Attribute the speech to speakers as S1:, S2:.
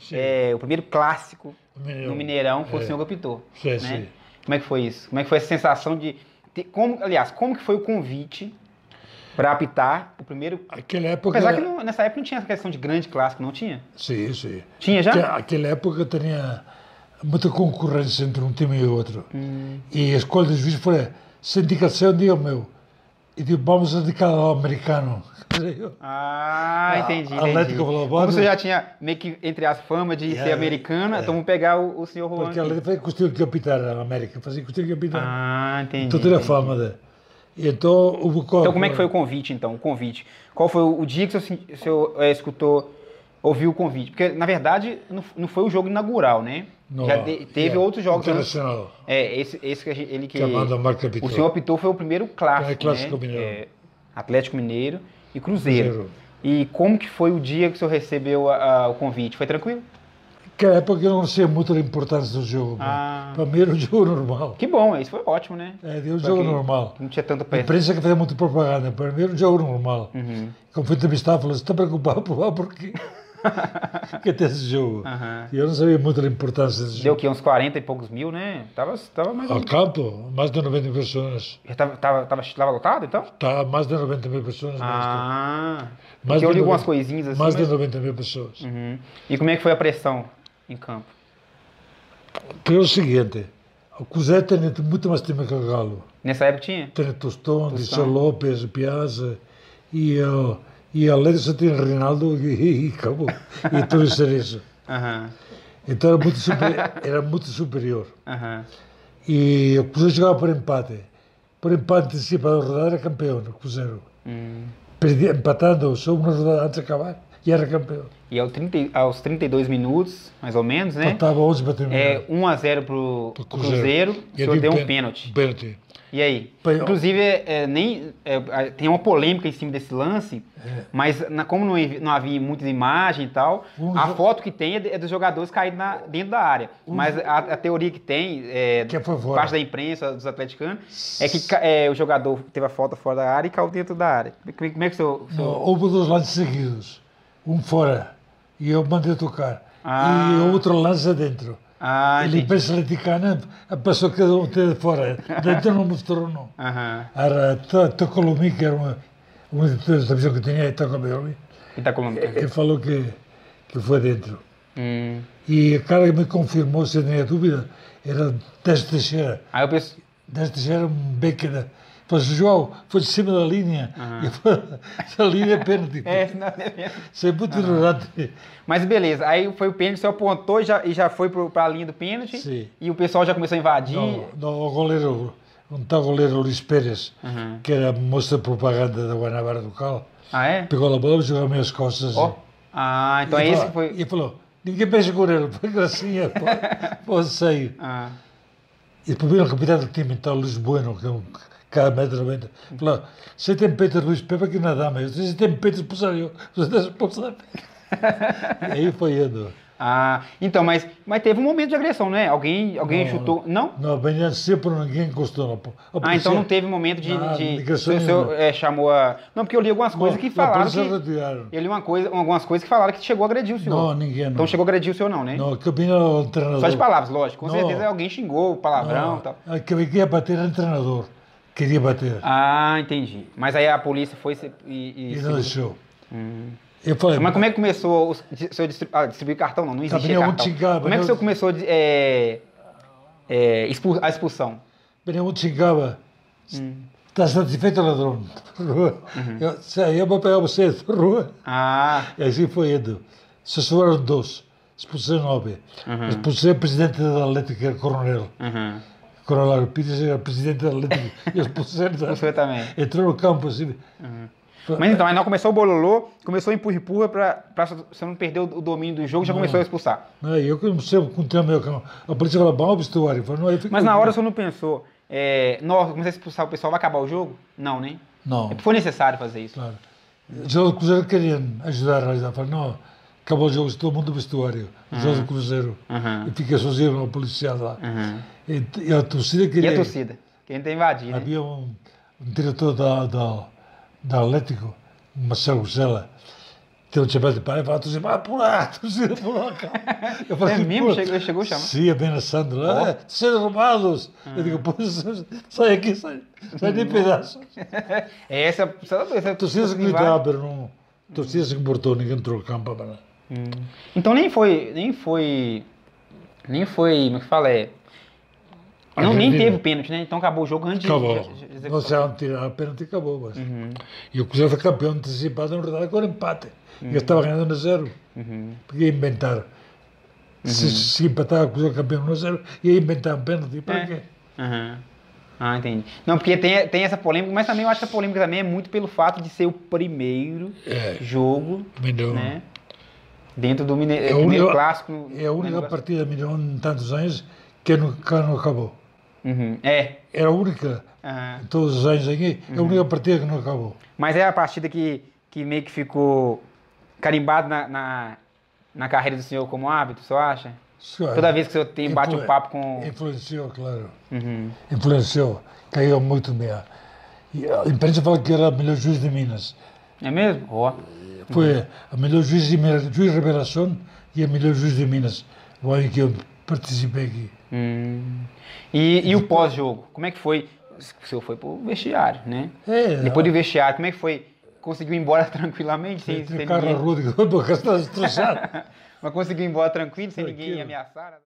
S1: Sim. é, o primeiro clássico
S2: Mineirão.
S1: no Mineirão foi o
S2: É.
S1: senhor que apitou.
S2: Sim,
S1: né?
S2: sim.
S1: Como é que foi isso? Como é que foi essa sensação de. ter- como, aliás, como que foi o convite para apitar o primeiro.
S2: Aquela época.
S1: Apesar que não- nessa época não tinha essa questão de grande clássico, não tinha?
S2: Sim, sim.
S1: Tinha já?
S2: Que, aquela época tinha muita concorrência entre um time e outro. E a escolha dos juízes foi: se a indicação de um meu, e digo, vamos indicar ao americano.
S1: Ah,
S2: A-
S1: entendi.
S2: Atlético
S1: entendi.
S2: Global-
S1: Como você já tinha meio que, entre as fama de
S2: É,
S1: ser americana, então vamos pegar o, o senhor Juan.
S2: Porque ela fazia custeio de capital na América, fazia custeio de capital.
S1: Ah, entendi.
S2: então tinha
S1: entendi.
S2: fama. De... Então, o
S1: Então, como é que foi o convite, então? O convite. Qual foi o o dia que o senhor, sen- o senhor, eh, escutou, ouviu o convite? Porque, na verdade, não, f- não foi o jogo inaugural, né? Já
S2: é
S1: te- teve outros jogos. antes.
S2: Internacional.
S1: É, esse, esse que a gente- ele que.
S2: Chamado Marco
S1: O
S2: Capitão.
S1: senhor optou foi o primeiro clássico.
S2: É, Clássico
S1: né?
S2: Mineiro.
S1: É, Atlético Mineiro e Cruzeiro.
S2: Cruzeiro.
S1: E como que foi o dia que o senhor recebeu a- a- o convite? Foi tranquilo?
S2: Naquela época eu não sei muito a importância do jogo.
S1: Ah.
S2: Para mim era um jogo normal.
S1: Que bom, isso foi ótimo, né?
S2: É, era um
S1: Pra
S2: jogo
S1: quem-
S2: normal.
S1: Não tinha tanta
S2: A
S1: pressão.
S2: imprensa que fazia muito propaganda. Para mim era um jogo normal.
S1: Uhum.
S2: Quando fui entrevistado, falou: Você está preocupado por lá porque. que tem esse jogo.
S1: Aham.
S2: E eu não sabia muito a importância desse
S1: Deu
S2: jogo.
S1: o quê? Uns 40 e poucos mil, né? Tava, tava mais ou
S2: Ao
S1: menos.
S2: campo, mais de 90 mil pessoas.
S1: Já tava, tava, tava, tava lotado, então?
S2: Tá, mais de 90 mil
S1: né,
S2: pessoas. nesta.
S1: Ah,
S2: Mais
S1: porque eu li
S2: de
S1: algumas
S2: noventa-
S1: coisinhas assim.
S2: mais
S1: mas-
S2: de 90 mil pessoas.
S1: Uhum. E como é que foi a pressão em campo?
S2: Que é o seguinte: o Cusé tem muito mais time que o Galo.
S1: Nessa época tinha?
S2: Tem Tostão, Disseu
S1: Tostão.
S2: Lopes, Piazza e, ó, e além disso tem Rinaldo e, e acabou. E tudo isso era isso.
S1: Aham,
S2: Então era muito, super- era muito superior.
S1: aham.
S2: E o Cruzeiro jogava por empate. Por empate antecipado, a rodada era campeão, o Cruzeiro.
S1: Hum.
S2: Perdia, empatando só uma rodada antes de acabar, e era campeão.
S1: E ao 30, aos 32 minutos, mais ou menos, né?
S2: Faltava 11 para terminar.
S1: É 1x0 pro, pro Cruzeiro, o
S2: E
S1: senhor
S2: havia
S1: deu um
S2: pen-
S1: pênalti.
S2: pênalti.
S1: E aí?
S2: Pen-
S1: Inclusive, é, é, nem, é, a- tem uma polêmica em cima desse lance, mas na- como não, hav- não havia muita imagem e tal,
S2: Um
S1: a
S2: jo-
S1: foto que tem é, de- é dos jogadores caídos na- dentro da área. mas a, a teoria que tem, é,
S2: Que é por fora.
S1: parte da imprensa, dos atleticanos, é que ca- é, o jogador teve a falta fora da área e caiu dentro da área. Como, como é que o senhor... o senhor-
S2: Não, houve dois lances seguidos. Um fora, e eu mandei tocar.
S1: Ah.
S2: E outro lança dentro.
S1: Ah,
S2: Ele
S1: entendi.
S2: pensa laticana, a pessoa que deu de fora, dentro não mostrou não.
S1: Aham.
S2: Era Tocolomi, que era um, uma, uma editora de televisão que tinha, Tocolomi,
S1: E tá colômbia.
S2: ele falou que, que foi dentro.
S1: Hum.
S2: E o cara que me confirmou, sem nenhuma dúvida, era Dez Teixeira.
S1: Aí eu penso...
S2: Dez Teixeira era um beca da... Falei, João, foi de cima da linha. E eu falei, essa linha é pênalti.
S1: É, não é
S2: Isso é muito ignorante.
S1: Mas beleza, aí foi o pênalti, só apontou e já, e já foi pro, pra linha do pênalti.
S2: Sim.
S1: E o pessoal já começou a invadir.
S2: Não, não, o goleiro, um tal goleiro Luís Pérez, que era moça de propaganda da Guanabara do Cal,
S1: Ah, é?
S2: pegou a bola e jogou minhas costas.
S1: Ó. Ah, então é
S2: e,
S1: esse que
S2: falou,
S1: foi.
S2: e falou, ninguém mexe com ele, foi gracinha, pô, pode sair.
S1: Ah,
S2: E depois o capitão do time, então, Luís Bueno, que é um cara metro e noventa, falou, se tem peito Luís Pepe que nada mais, se tem peito expulsar eu, você tem expulsar. e aí foi indo.
S1: ah, então, mas, mas teve um momento de agressão, né? Alguém, alguém
S2: Não,
S1: chutou. Não?
S2: Não, bem, sempre ninguém encostou na po- a
S1: Ah, então
S2: polícia-
S1: não teve momento de.
S2: Não,
S1: de o
S2: ligação
S1: senhor- o senhor
S2: nenhuma.
S1: eh, chamou a. Não, porque eu li algumas coisas que
S2: Não,
S1: falaram.
S2: A polícia
S1: Que,
S2: retiraram.
S1: eu li uma coisa, algumas coisas que falaram que chegou a agredir o senhor.
S2: Não, ninguém não.
S1: Então chegou a agredir o senhor, não, né?
S2: Não, que opinião do treinador.
S1: Só de palavras, lógico. Com
S2: Não.
S1: certeza alguém xingou, palavrão e tal.
S2: Não, que eu queria bater era o treinador. Queria bater.
S1: Ah, entendi. Mas aí a polícia foi se- e. e
S2: e
S1: se-
S2: não deixou. Eu falei,
S1: é Hum. Mas como é que começou os- di- o senhor distri- ah, distribuir cartão? Não, não existia
S2: Caminhão
S1: cartão.
S2: Antigaba,
S1: como é que o
S2: né?
S1: senhor começou de- é, é, expu- a expulsão?
S2: bem, um xingava. Está satisfeito, ladrão? Por favor. Eu, "Sai, eu vou pegar você, por favor.
S1: Ah,
S2: E assim foi indo. Se sobraram dois. Expulsei nove. Expulsei o presidente da Atlético, que era coronel.
S1: uhum.
S2: Coronel Pires era presidente da Atlético. Eu expulsei da...
S1: o senhor também.
S2: Entrou no campo assim.
S1: Mas então, aí não começou o bololô, começou o empurra-empurra pra, pra você não perder o o domínio do jogo, já começou a expulsar.
S2: Não, eu comecei a contar meu campo. A polícia falou, bom, vestuário. Eu falei, não, eu fico-
S1: Mas na hora o senhor não pensou, é, nossa, comecei a expulsar o pessoal, vai acabar o jogo? Não, né?
S2: Não.
S1: Foi necessário fazer isso.
S2: Claro. Os outros do Cruzeiro queriam ajudar a realizar. Falaram, não, acabou o jogo, todo mundo no vestuário. Os outros do Cruzeiro.
S1: Uhum.
S2: E fica sozinho uma policial lá.
S1: Uhum.
S2: E, e a torcida
S1: E
S2: queria...
S1: a torcida? Quem tem invadido, né?
S2: Havia um, um diretor da, da, da Atlético, Marcelo Zela, Tem um chamado de pai e fala, tu vai apurar, tu vai apurar, cara. Eu
S1: É
S2: "Pô,
S1: mesmo? Chegou- chegou Oh. chamando?"
S2: Sim, ameaçando
S1: Ó.
S2: lá, "É, sendo roubados. Eu
S1: Uhum.
S2: digo, pô, sai aqui, sai, sai de pedaço.
S1: É essa. Sabe, essa
S2: Torcidas que
S1: que vai-
S2: gritavam, não. Torcidas que portou, ninguém entrou no campo, mano.
S1: Hum. Então nem foi. Nem foi. Nem foi. Como é que fala? É. Não, nem
S2: Argentina.
S1: teve pênalti, né? Então acabou o jogo antes de-
S2: Acabou.
S1: de- de- de-
S2: Não se tirar a pênalti, acabou. Mas.
S1: Uhum.
S2: E o Cruzeiro foi campeão antecipado, na verdade, com o empate. E eu estava ganhando no zero.
S1: Uhum.
S2: Porque ia inventar. Se, se empatava o Cruzeiro campeão no zero, ia inventar um pênalti. Para
S1: É.
S2: quê?
S1: Aham. Ah, entendi. Não, porque tem, tem essa polêmica, mas também eu acho que a polêmica também é muito pelo fato de ser o primeiro
S2: É.
S1: jogo,
S2: Melhor.
S1: né? Dentro do Mineiro,
S2: a única-
S1: clássico.
S2: É a única
S1: né, no-
S2: partida melhor em tantos anos que nunca não acabou.
S1: Uhum. É.
S2: Era a única,
S1: Aham.
S2: em todos os anos aqui, é a
S1: Uhum.
S2: única partida que não acabou.
S1: Mas é a partida que, que meio que ficou carimbado na, na, na carreira do senhor como árbitro, só acha?
S2: Só-
S1: Toda vez que o senhor tem, bate um
S2: influ-
S1: papo com.
S2: Influenciou, claro.
S1: Uhum.
S2: influenciou, caiu muito bem. E a imprensa fala que era o melhor juiz de Minas.
S1: É mesmo? Ó.
S2: Foi a melhor juiz de Minas, juiz revelação e a melhor juiz de Minas, o ano que eu participei aqui.
S1: Hum. E, e o pós-jogo? Como é que foi? O senhor foi pro vestiário, né?
S2: É,
S1: Depois do vestiário, como é que foi? Conseguiu ir embora tranquilamente? Sem, sem
S2: carro
S1: ninguém?
S2: rudo que foi para gastar destroçado.
S1: Mas conseguiu ir embora tranquilo, sem ninguém
S2: Tranquilo.
S1: ameaçar?